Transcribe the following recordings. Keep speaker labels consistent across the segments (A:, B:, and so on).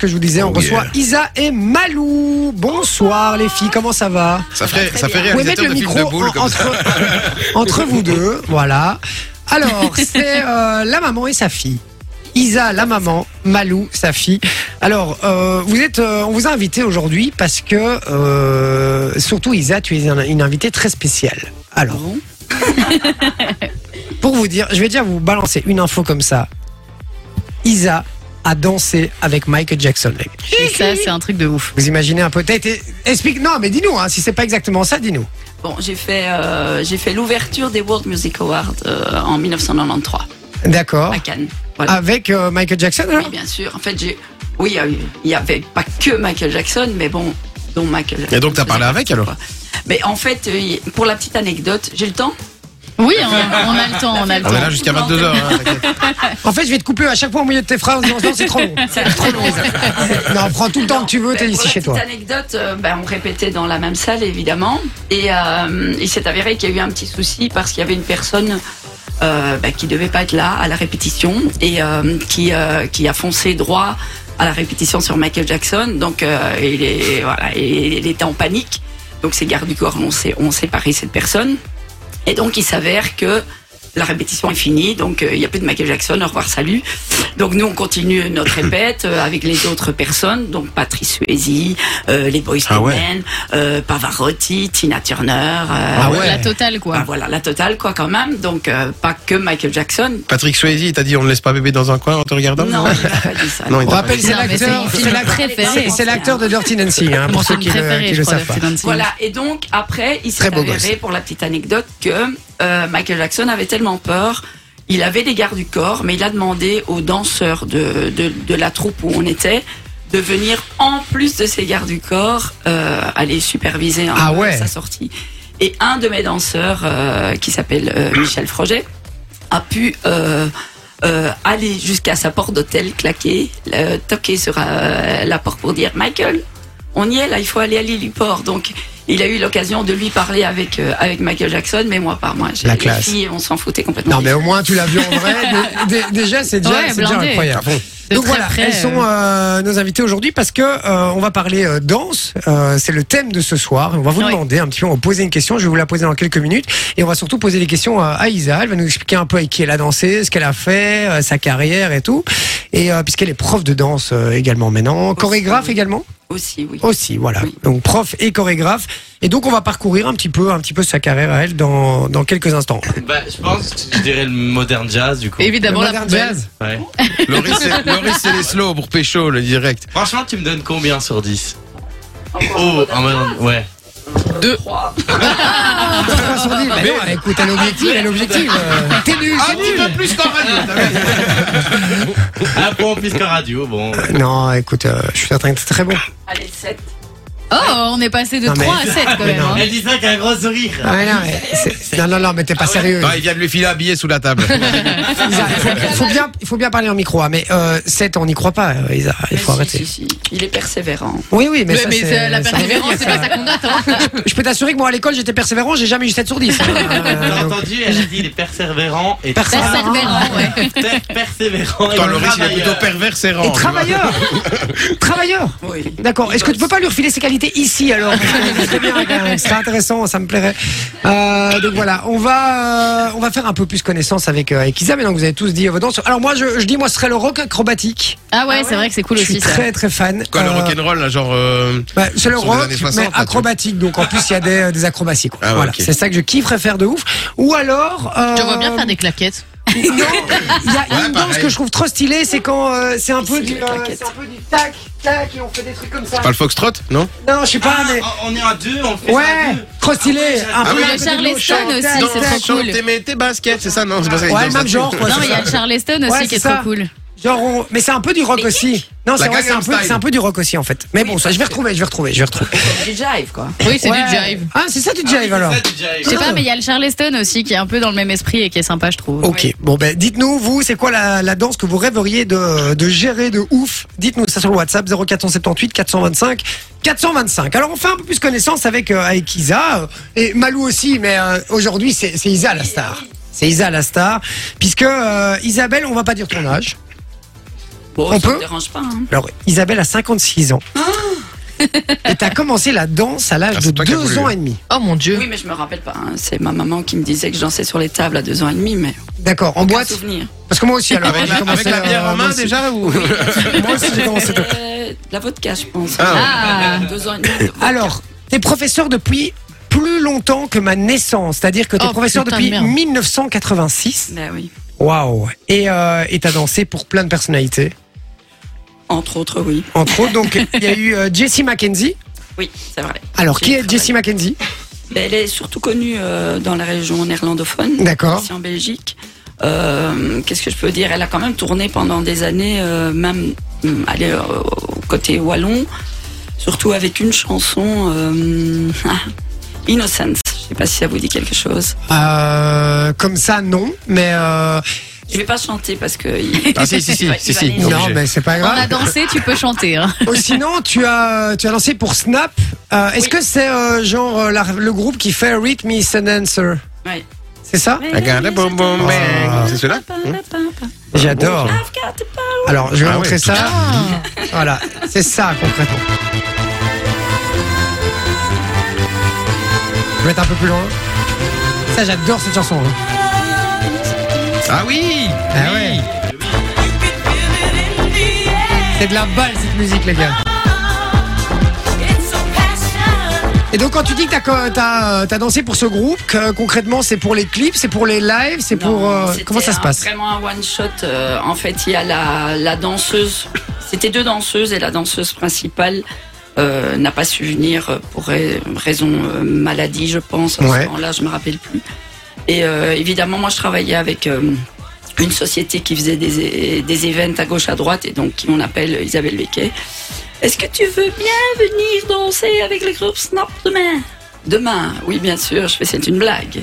A: que je vous disais, on
B: Oh yeah.
A: reçoit Isa et Malou. Bonsoir les filles, comment ça va
B: Ça ferait, ça ferait
A: Vous pouvez mettre
B: réalisateur
A: le
B: de film
A: micro
B: de boule
A: en-
B: comme ça.
A: entre, entre vous deux, voilà. Alors, c'est euh, la maman et sa fille. Isa, la maman, Malou, sa fille. Alors, euh, vous êtes, euh, on vous a invité aujourd'hui parce que, euh, surtout Isa, tu es un- une invitée très spéciale. Alors, pour vous dire, je vais déjà vous balancer une info comme ça. Isa a dansé avec Michael Jackson. les gars.
C: Et ça, c'est un truc de ouf.
A: Vous imaginez un peu T'as été- Explique. Non, mais dis-nous. hein, si c'est pas exactement ça, dis-nous.
D: Bon, j'ai fait, euh, j'ai fait l'ouverture des World Music Awards euh, en 1993
A: D'accord.
D: à Cannes. Voilà.
A: Avec euh, Michael Jackson.
B: Ah.
A: alors
D: Oui, bien sûr. En fait, j'ai, oui, euh, il y avait pas que Michael Jackson, mais bon, dont Michael.
B: Et donc, t'as parlé avec, alors
D: Mais en fait, euh, pour la petite anecdote, j'ai le temps.
C: Oui, on, on a le temps, on a le
A: Ah,
B: On est là
C: temps.
B: jusqu'à 22h.
A: En fait, je vais te couper à chaque fois au milieu de tes phrases. Non, non, c'est trop long.
D: C'est trop long.
A: Non, prends tout le temps que tu veux. T'es
D: Ben, pour
A: ici
D: la
A: chez
D: petite
A: toi.
D: anecdote, euh, ben, on répétait dans la même salle évidemment, et euh, il s'est avéré qu'il y a eu un petit souci parce qu'il y avait une personne euh, ben, qui devait pas être là à la répétition et euh, qui euh, qui a foncé droit à la répétition sur Michael Jackson, donc euh, il est voilà, il, il était en panique. Donc ces gardes du corps ont, sé- ont séparé cette personne, et donc il s'avère que la répétition est finie, donc euh, il n'y a plus de Michael Jackson, au revoir, salut. Donc nous, on continue notre répète euh, avec les autres personnes, donc Patrice Suezy, euh, les Boys
B: Ah
D: to
B: ouais.
D: Men, euh, Pavarotti, Tina Turner. euh,
A: Ah ouais.
C: La totale,
D: bah
C: quoi.
D: voilà, la totale, quoi, quand même. Donc euh, pas que Michael Jackson.
B: Patrick Swayze, il t'a dit on ne laisse pas bébé dans un coin en te regardant
D: Non, il n'a pas dit ça.
B: Non,
D: non.
B: il
A: On
B: t'a
A: rappelle,
B: pas
A: c'est
C: Non, mais c'est
A: l'acteur.
C: mon film
A: C'est l'acteur-
C: préféré.
A: c'est- c'est l'acteur de Dirty Nancy. hein,
C: Mon
A: pour ceux
C: film
A: qui ne
C: préféré,
A: qui
C: je
A: le
C: crois,
A: savent pas.
C: Dirty Dancing.
D: Voilà, et donc après, il
A: Très
D: s'est
A: beau
D: avéré, pour la petite anecdote, que euh, Michael Jackson avait tellement peur, il avait des gardes du corps, mais il a demandé aux danseurs de, de, de la troupe où on était de venir, en plus de ces gardes du corps, euh, aller superviser un
A: Ah
D: peu
A: ouais.
D: sa sortie. Et un de mes danseurs, euh, qui s'appelle euh, Michel Froget, a pu... euh, euh, aller jusqu'à sa porte d'hôtel, claquer, euh, toquer sur euh, la porte pour dire Michael, on y est là, il faut aller à l'héliport. Donc il a eu l'occasion de lui parler avec euh, avec Michael Jackson, mais moi par moi, j'ai
A: La
D: les
A: classe.
D: filles, on s'en foutait complètement.
A: Non, mais au moins tu l'as vu en vrai. Dé- dé- Déjà, c'est déjà,
C: Ouais,
A: c'est déjà
C: blindé.
A: incroyable.
C: De
A: Donc
C: très
A: voilà,
C: près,
A: elles sont euh, nos invités aujourd'hui parce que euh, on va parler euh, danse. Euh, c'est le thème de ce soir. On va vous
C: Oui.
A: demander un petit peu, on va poser une question. Je vais vous la poser dans quelques minutes et on va surtout poser des questions à, à Isa. Elle va nous expliquer un peu avec qui elle a dansé, ce qu'elle a fait, euh, sa carrière et tout. Et euh, puisqu'elle est prof de danse euh, également maintenant, chorégraphe
D: oui.
A: également
D: Aussi, oui.
A: aussi. Voilà.
D: Oui.
A: Donc prof et chorégraphe. Et donc on va parcourir un petit peu, un petit peu sa carrière à elle dans dans quelques instants.
E: Bah, je pense, je dirais le modern jazz du coup.
C: Évidemment,
A: Le
C: la
A: modern
C: poubelle.
A: jazz.
E: Ouais.
B: Laurie, c'est- Laurie, c'est les slow pour Pécho, le direct.
E: Franchement, tu me donnes combien sur 10 Oh, un modern ouais.
A: Pourquoi sont dit, bah non, écoute, elle est objective, elle est objective. euh,
C: Ah,
A: T'es nul, c'est nul.
B: plus qu'en radio.
E: Un point en Ah, plus qu'en radio, bon.
A: Non, écoute, euh, je suis certain que c'est très bon.
D: Allez, 7.
C: Oh, on est passé de
A: Non, mais-
C: 3 à 7 quand même. hein.
E: Elle dit ça avec un gros sourire.
A: Ah, mais non, mais c'est- non, non, non, mais t'es
C: Ah
A: pas sérieux.
B: il vient de lui filer un billet sous la table.
A: Isa, il faut, il faut bien, il faut bien parler en micro, hein, mais euh, 7, on n'y croit pas, euh, Isa. Il faut arrêter.
D: Il est persévérant.
A: Oui, oui, mais,
C: Mais,
A: ça,
C: mais
A: c'est-
C: c'est la
A: ça-
C: persévérance, c'est pas ça qu'on hein. attend.
A: Je peux t'assurer que moi, à l'école, j'étais persévérant, j'ai jamais eu 7 sur 10. hein,
E: T'as
A: euh, donc,
E: entendu Elle a dit il est persévérant et
A: Persévérant.
C: Ça, ça devait
A: ah,
C: être, ouais.
E: tra- persévérant. et
B: Attends, Laurie, il est
E: travailleur.
B: plutôt pervers errant.
A: Et
B: tu vois.
A: travailleur Travailleur
D: Oui.
A: D'accord. Est-ce que tu peux pas lui refiler ses qualités ici alors Très bien, quand même. C'est intéressant, ça me plairait. Euh, donc voilà, on va euh, on va faire un peu plus connaissance avec, euh, avec Isa. Maintenant que vous avez tous dit vos danses. Alors moi, je, je dis moi ce serait le rock acrobatique.
C: Ah ouais,
D: ouais.
C: c'est vrai que c'est cool
A: je suis
C: aussi ça.
A: très très fan.
B: Quoi, le
A: Euh,
B: rock'n'roll, là, genre. euh,
A: bah, c'est le
B: Sur les
A: rock,
B: années 60,
A: mais
B: là, tu-
A: acrobatique. Donc en plus, il y a des, euh, des acrobaties. Quoi.
B: Ah ouais,
A: voilà,
B: ok.
A: c'est ça que je kifferais faire de ouf. Ou alors, euh,
C: Je vois bien faire des claquettes.
A: non, il y a
B: Ouais,
A: une danse
B: pareil.
A: que je trouve trop stylée, c'est quand euh, c'est un peu
D: Ici,
A: du,
D: les
A: euh,
D: claquettes.
A: c'est un peu du tac tac et on fait des trucs comme ça.
B: Pas le foxtrot, non
A: Non, je sais pas,
E: Ah,
A: mais
E: on on est à deux, on fait ça à
A: Ouais,
E: deux.
A: trop stylé.
E: Ah
A: peu
B: oui,
A: là,
C: le
A: côté de
C: Charleston
A: l'autre,
C: aussi,
A: tac,
C: c'est
A: tac.
C: trop cool.
B: chante tes mets, tes baskets, c'est ça Non, c'est pas ça qu'ils
A: Ouais, le
B: dansent
A: même
B: là-dessus.
A: genre. Quoi,
C: Non,
A: c'est
C: mais il y a le
A: ça.
C: Charleston
A: Ouais,
C: aussi qui
A: c'est
C: est
A: ça.
C: trop cool.
A: Genre, on- mais c'est un peu du rock aussi. Non, c'est
B: La
A: vrai, c'est un,
B: Gangnam
A: peu,
B: Style.
A: c'est un peu du rock aussi en fait. Mais bon, ça, je vais retrouver, je vais retrouver, je vais retrouver.
D: Du jive, quoi.
C: Oui, c'est
A: Ouais.
C: du jive.
A: Ah, c'est ça du
E: Ah oui,
A: jive
E: c'est
A: alors.
E: ça, du jive.
C: Je sais pas, mais il y a le Charleston aussi qui est un peu dans le même esprit et qui est sympa, je trouve.
A: Ok,
C: Ouais.
A: bon ben dites-nous vous c'est quoi la, la danse que vous rêveriez de, de gérer de ouf Dites-nous ça sur le WhatsApp 0478 425 425. Alors on fait un peu plus connaissance avec euh, avec Isa euh, et Malou aussi, mais euh, aujourd'hui c'est c'est Isa la star. C'est Isa la star puisque euh, Isabelle on va pas dire ton âge.
D: Bon,
A: On
D: ça
A: peut
D: me dérange pas. hein.
A: Alors, Isabelle a 56 ans. et t'as commencé la danse à l'âge
B: Ah,
A: de
B: c'est toi qui as
A: 2
B: voulu.
A: ans et demi.
C: Oh mon dieu.
D: Oui, mais je me rappelle pas. hein. C'est ma maman qui me disait que je dansais sur les tables à deux ans et demi, mais
A: D'accord, en
D: aucun
A: boîte
D: souvenir.
A: Parce que moi aussi, alors.
B: Avec
A: j'ai
B: la,
A: commencé,
B: avec la bière
A: euh,
B: en main
A: moi aussi.
B: déjà ou
A: Moi aussi, j'ai commencé tôt.
D: Euh, la vodka, je pense.
C: Ah.
D: Deux ans et demi. de vodka.
A: Alors, t'es professeur depuis plus longtemps que ma naissance. C'est-à-dire que t'es
C: Oh,
A: professeur
C: putain de
A: depuis
C: merde.
A: 1986.
D: Ben oui.
A: Waouh Et euh, et t'as dansé pour plein de personnalités.
D: Entre autres, oui.
A: Entre autres, donc, il y a eu euh, Jessie McKenzie.
D: Oui, c'est vrai.
A: Alors,
D: J'ai
A: qui est
D: travaillé.
A: Jessie McKenzie
D: Ben, Elle est surtout connue euh, dans la région néerlandophone,
A: D'accord.
D: ici en Belgique. Euh, Qu'est-ce que je peux dire Elle a quand même tourné pendant des années, euh, même hum, elle est, euh, au côté wallon, surtout avec une chanson euh, Innocence. Je sais pas si ça vous dit quelque chose.
A: Euh, comme ça, non, mais. Euh,
D: Je vais pas chanter parce que il-
B: Ah, si, si, si,
D: il va-
B: si,
D: il va
B: si.
D: les-
B: Non.
A: non,
B: obligé.
A: mais c'est pas
C: On a
A: grave.
C: dansé, tu peux chanter. hein.
A: Oh, sinon, tu as, tu as lancé pour Snap. Euh, Est-ce
D: Oui.
A: que c'est euh, genre euh, la- le groupe qui fait Rhythm is an Answer
D: Ouais.
A: C'est ça
B: Regarde, boum, boum,
A: Ah.
B: bang. C'est celui-là
A: J'adore.
D: I've got the power.
A: Alors, je vais
B: Ah
A: montrer
B: ouais,
A: ça. Voilà, c'est ça concrètement. Je vais être un peu plus loin. Ça, j'adore cette chanson. hein.
B: Ah oui
A: Ah ouais. C'est de la balle cette musique, les gars. Et donc, quand tu dis que t'as co- t'as euh, t'as dansé pour ce groupe, que, euh, concrètement, c'est pour les clips, c'est pour les lives, c'est
D: Non,
A: pour. euh,
D: c'était
A: comment ça se
D: un-
A: passe
D: Vraiment un one shot. euh, en fait, il y a la, la danseuse. C'était deux danseuses et la danseuse principale euh, n'a pas su venir euh, pour rai- raison euh, maladie, je pense. À
A: Ouais.
D: ce moment-là, je me rappelle plus. Et euh, évidemment, moi, je travaillais avec. euh, une société qui faisait des, des events à gauche à droite et donc qui on appelle Isabelle Becquet. Est-ce que tu veux bien venir danser avec le groupe Snap demain Demain, oui bien sûr, je fais c'est une blague.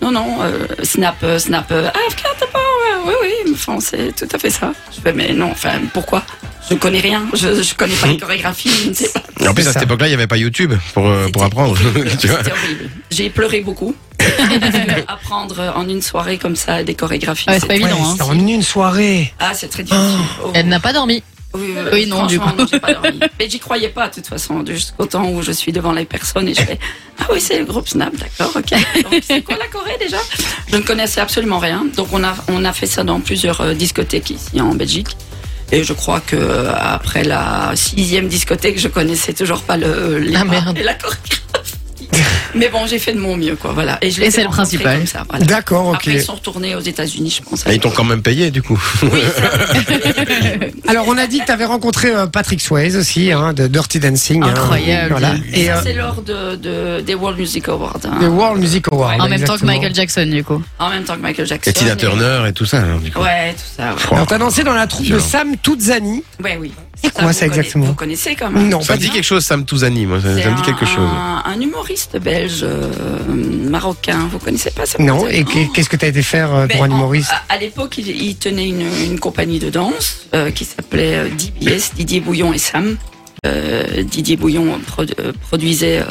D: non non, euh, Snap, euh, Snap, euh, I've got the power, Ah oui oui, enfin c'est tout à fait ça. Je fais mais non, enfin pourquoi Je connais rien, je, je connais pas les chorégraphies, je ne sais pas.
B: Et En plus,
A: C'est
B: à
A: ça.
B: cette époque-là, il n'y avait pas YouTube pour, euh, pour
D: C'était
B: apprendre.
D: horrible,
B: tu vois.
D: C'était horrible. J'ai pleuré beaucoup. Apprendre euh, en une soirée comme ça des chorégraphies.
C: Ouais, c'est pas
D: c'est-
C: évident. hein.
A: c'est en une soirée.
D: Ah, c'est très difficile. Oh.
C: Elle n'a pas dormi.
D: Oui, euh,
C: Oui, non, du
D: franchement,
C: coup.
D: non, j'ai pas dormi. Mais j'y croyais pas, de toute façon, jusqu'au temps où je suis devant les personnes et je fais Ah oui, c'est le groupe Snap, d'accord, ok. Donc, C'est quoi la Corée déjà Je ne connaissais absolument rien. Donc, on a, on a fait ça dans plusieurs euh, discothèques ici en Belgique. Et je crois que euh, après la sixième discothèque, je connaissais toujours pas le, les
C: Ah,
D: pas
C: merde.
D: et la chorégraphie. Mais bon, j'ai fait de mon mieux, quoi. Voilà. Et je les
C: Et c'est
D: ai
C: le
D: rencontrés
C: principal.
D: comme ça, voilà.
A: D'accord, ok.
D: Après, ils sont retournés aux États-Unis, je pense.
B: Et Ah, ils t'ont quand même payé, du coup.
D: Oui, ça-
A: Alors, on a dit que tu avais rencontré euh, Patrick Swayze aussi, hein, de Dirty Dancing. hein.
C: Incroyable.
A: voilà. Et
D: Ça,
A: euh,
D: c'est lors de, de- des World Music Awards. hein.
A: The World Music Award.
C: En même temps que
A: exactement.
C: Michael Jackson, du coup.
D: En même temps que Michael Jackson.
B: Et Tina Turner et tout ça, alors, du coup.
D: Ouais, tout ça. Ouais,
A: Alors, t'as dansé dans la troupe de
B: Violent.
A: Sam Toutzani.
D: Ouais, oui.
A: C'est quoi
D: vous
A: ça,
D: conna-
A: exactement
D: Vous connaissez quand même
A: Non,
B: Ça
A: pas
B: me dit
A: dit.
B: quelque chose, Sam Touzani, moi. Ça,
D: C'est
B: ça me dit
D: un-
B: quelque chose.
D: Un, un humoriste belge, euh, marocain, vous connaissez pas ça
A: Non,
D: peut-être
A: et que- qu'est-ce que t'as été faire euh, pour
D: Ben,
A: un
D: en-
A: humoriste
D: à- À l'époque, il, il tenait une, une compagnie de danse euh, qui s'appelait euh, DBS, Didier Bouillon et Sam. Euh, Didier Bouillon produ- euh, produisait euh,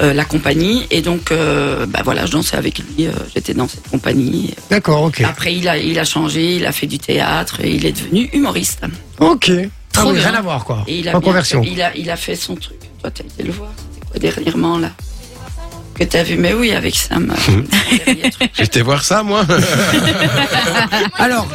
D: euh, la compagnie et donc, euh, bah voilà, je dansais avec lui. euh, J'étais dans cette compagnie.
A: D'accord, ok.
D: Après, il a, il a changé, il a fait du théâtre et il est devenu humoriste.
A: Ok. Ah
C: Trop
A: oui,
C: bien.
A: rien à voir, quoi.
D: Et il a
A: en
D: bien
A: conversion.
D: fait- il, a, il a fait son truc. Toi, t'as été le voir. C'était quoi dernièrement, là Que t'as vu Mais oui, avec Sam. euh,
A: Hum.
D: son dernier truc.
B: J'étais voir ça, moi.
A: Alors,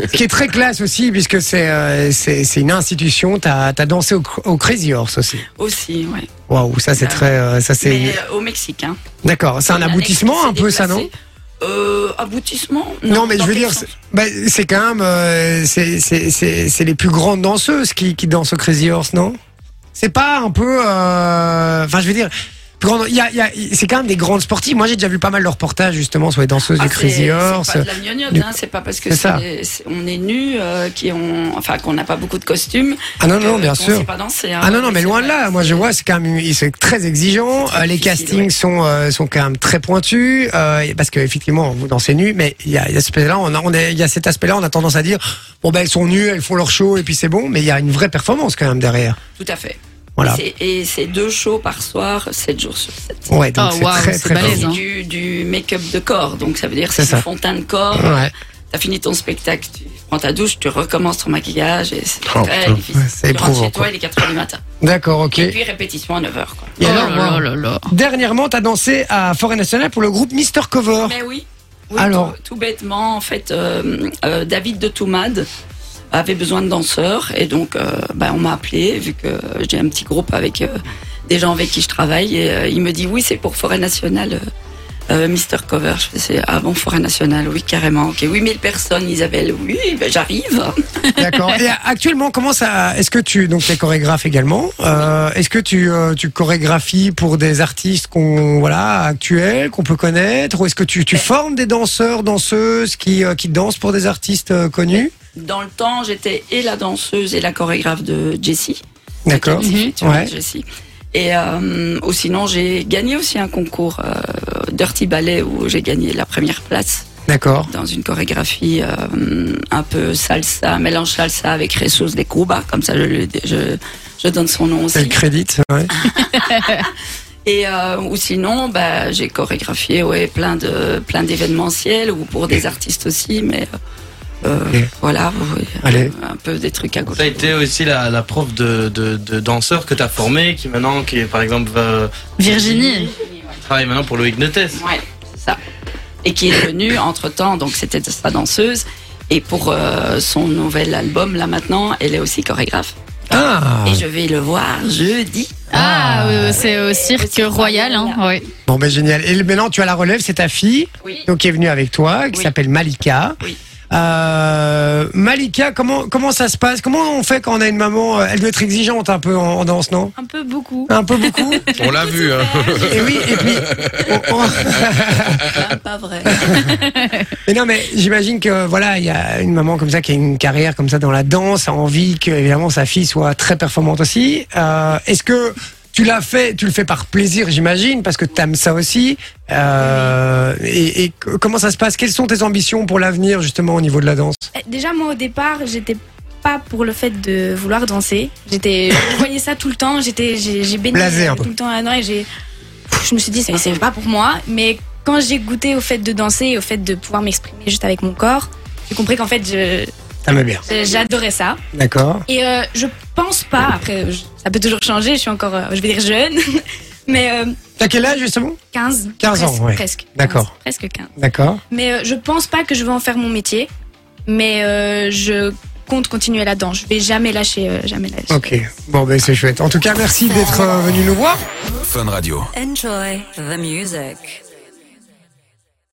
A: ce qui est très classe aussi, puisque c'est euh, c'est c'est une institution, t'as as dansé au, cr- au Crazy Horse aussi.
D: Aussi, ouais.
A: Waouh, ça c'est
D: Ah.
A: très. euh, ça
D: Mais
A: c'est.
D: euh, au Mexique, hein.
A: D'accord, c'est un
D: La
A: aboutissement
D: Mexique
A: un peu,
D: s'est
A: ça, non
D: déplacée. euh, aboutissement
A: Non, mais je
D: dans
A: veux
D: quel
A: dire,
D: sens
A: c'est bah, c'est quand même, euh, c'est- c'est c'est- c'est les plus grandes danseuses qui, qui dansent au Crazy Horse, non C'est pas un peu, euh, enfin, je veux dire, plus grande- il y a- il y a- c'est quand même des grandes sportives. Moi, j'ai déjà vu pas mal de reportages justement sur les danseuses
D: Ah,
A: du
D: c'est-
A: Crazy Horse.
D: C'est pas de la gnognotte,
A: du-
D: hein, c'est pas parce que
A: C'est ça.
D: c'est- c'est- on est nu, euh, qui ont, enfin qu'on n'a pas beaucoup de costumes.
A: Ah non, non,
D: que-
A: bien
D: qu'on
A: sûr.
D: sait euh, pas danser, hein.
A: Ah non, non, mais
D: C'est
A: loin
D: vrai,
A: de là. Moi,
D: c'est-
A: je vois, c'est quand même, ils sont très exigeants.
D: C'est très
A: Euh, les
D: difficile,
A: castings
D: ouais.
A: sont, euh, sont quand même très pointus. euh, et- parce que, effectivement, vous dansez nu, mais il y a, il y a cet aspect-là, on a, on est- il y a cet aspect-là, on a tendance à dire, bon, ben, elles sont nues, elles font leur show, et puis c'est bon, mais il y a une vraie performance quand même derrière.
D: Tout à fait.
A: Voilà.
D: Et c'est- Et c'est deux shows par soir, 7 jours sur 7.
A: Ouais, donc
C: Oh,
A: c'est
C: waouh,
A: très,
C: c'est
A: très
C: balèze,
A: fort.
C: hein.
D: du, du make-up de corps, donc ça veut dire
A: C'est
D: c'est
A: ça.
D: du fond de teint de corps.
A: Ouais.
D: T'as fini ton spectacle, tu prends ta douche, tu recommences ton maquillage et c'est
B: Oh,
D: très
B: putain.
D: difficile.
A: Ouais, c'est
D: Tu rentres
A: éprouvant,
D: chez
A: quoi.
D: toi, il est 4h du matin.
A: D'accord, ok.
D: Et puis répétition à 9h. Quoi.
A: Et alors,
C: oh
A: moi,
C: là là là là.
A: dernièrement, t'as dansé à Forêt Nationale pour le groupe Mister Cover.
D: Mais Ben oui. oui,
A: Alors.
D: tout, tout bêtement, en fait, euh, euh, David de Toumade avait besoin de danseurs et donc euh, ben, on m'a appelé vu que j'ai un petit groupe avec euh, des gens avec qui je travaille et euh, il me dit oui c'est pour Forêt Nationale. Euh, Mister Cover, je fais c'est ah bon Forêt Nationale, oui carrément, ok, 8000 personnes Isabelle, oui ben, j'arrive.
A: D'accord. Et actuellement, comment ça Est-ce que tu donc t'es chorégraphe également Euh, Est-ce que tu euh, tu chorégraphies pour des artistes qu'on voilà actuels qu'on peut connaître ou est-ce que tu tu formes des danseurs danseuses qui euh, qui dansent pour des artistes euh, connus
D: Dans le temps j'étais et la danseuse et la chorégraphe de Jessie.
A: D'accord.
D: Avec Jessie, tu vois,
A: Ouais.
D: Jessie. Et euh, ou sinon, j'ai gagné aussi un concours euh, Dirty Ballet où j'ai gagné la première place
A: D'accord.
D: dans une chorégraphie euh, un peu salsa, mélange salsa avec Jesus de Cuba, comme ça je, le- je, je donne son nom
A: C'est le
D: aussi.
A: crédit. Ouais.
D: Et euh, ou sinon, bah, j'ai chorégraphié ouais, plein de plein d'événementiels ou pour des artistes aussi, mais euh,
A: Ok.
D: voilà, vous voyez,
A: Allez.
D: un peu des trucs à gauche.
E: T'as été aussi la, la prof de, de, de danseur que t'as formé, qui maintenant, qui est par exemple, va-
C: Virginie.
E: travaille maintenant pour Loïc Notes.
D: Ouais, c'est ça. Et qui est devenue entre temps, donc c'était sa danseuse. Et pour euh, son nouvel album, là maintenant, elle est aussi chorégraphe.
A: Ah.
D: Et je vais le voir jeudi.
C: Ah, euh, c'est au cirque royal, hein. Ouais.
A: Bon ben génial. Et maintenant tu as la relève, c'est ta fille
D: Oui.
A: donc qui est venue avec toi qui
D: Oui.
A: s'appelle Malika.
D: Oui.
A: Euh, Malika, comment comment ça se passe Comment on fait quand on a une maman euh, Elle doit être exigeante un peu en- en danse, non
F: Un peu beaucoup.
A: Un peu beaucoup.
B: On l'a vu. Hein.
A: Et oui, et puis. on- on-
D: Ah, pas vrai.
A: Mais non, mais j'imagine que voilà, il y a une maman comme ça qui a une carrière comme ça dans la danse, a envie que évidemment sa fille soit très performante aussi. Euh, Est-ce que tu l'as fait, tu le fais par plaisir, j'imagine, parce que t'aimes ça aussi. Euh, et, et c- comment ça se passe Quelles sont tes ambitions pour l'avenir justement au niveau de la danse
F: Eh, Déjà, moi, au départ, j'étais pas pour le fait de vouloir danser. J'étais, je voyais ça tout le temps. J'étais, j'ai j'ai baigné
A: Blasé un peu.
F: tout le temps là-dedans et j'ai, Pff, je me suis dit, c'est- c'est pas pour moi. Mais quand j'ai goûté au fait de danser et au fait de pouvoir m'exprimer juste avec mon corps, j'ai compris qu'en fait, je-
A: T'aimes bien,
F: je- j'adorais ça.
A: d'accord
F: Et euh, je pense pas. Après, je- ça peut toujours changer. Je suis encore, euh, je vais dire jeune, mais euh,
A: T'as quel âge justement
F: 15.
A: 15 ans,
F: presque,
A: ouais.
F: Presque.
A: D'accord.
F: 15, Presque 15.
A: D'accord.
F: Mais euh, je pense pas que je vais en faire mon métier. Mais euh, je compte continuer là-dedans. Je vais jamais lâcher, euh, jamais lâcher.
A: Ok. Bon, ben c'est chouette. En tout cas, merci d'être euh, venu nous voir.
G: Fun Radio.
H: Enjoy the music.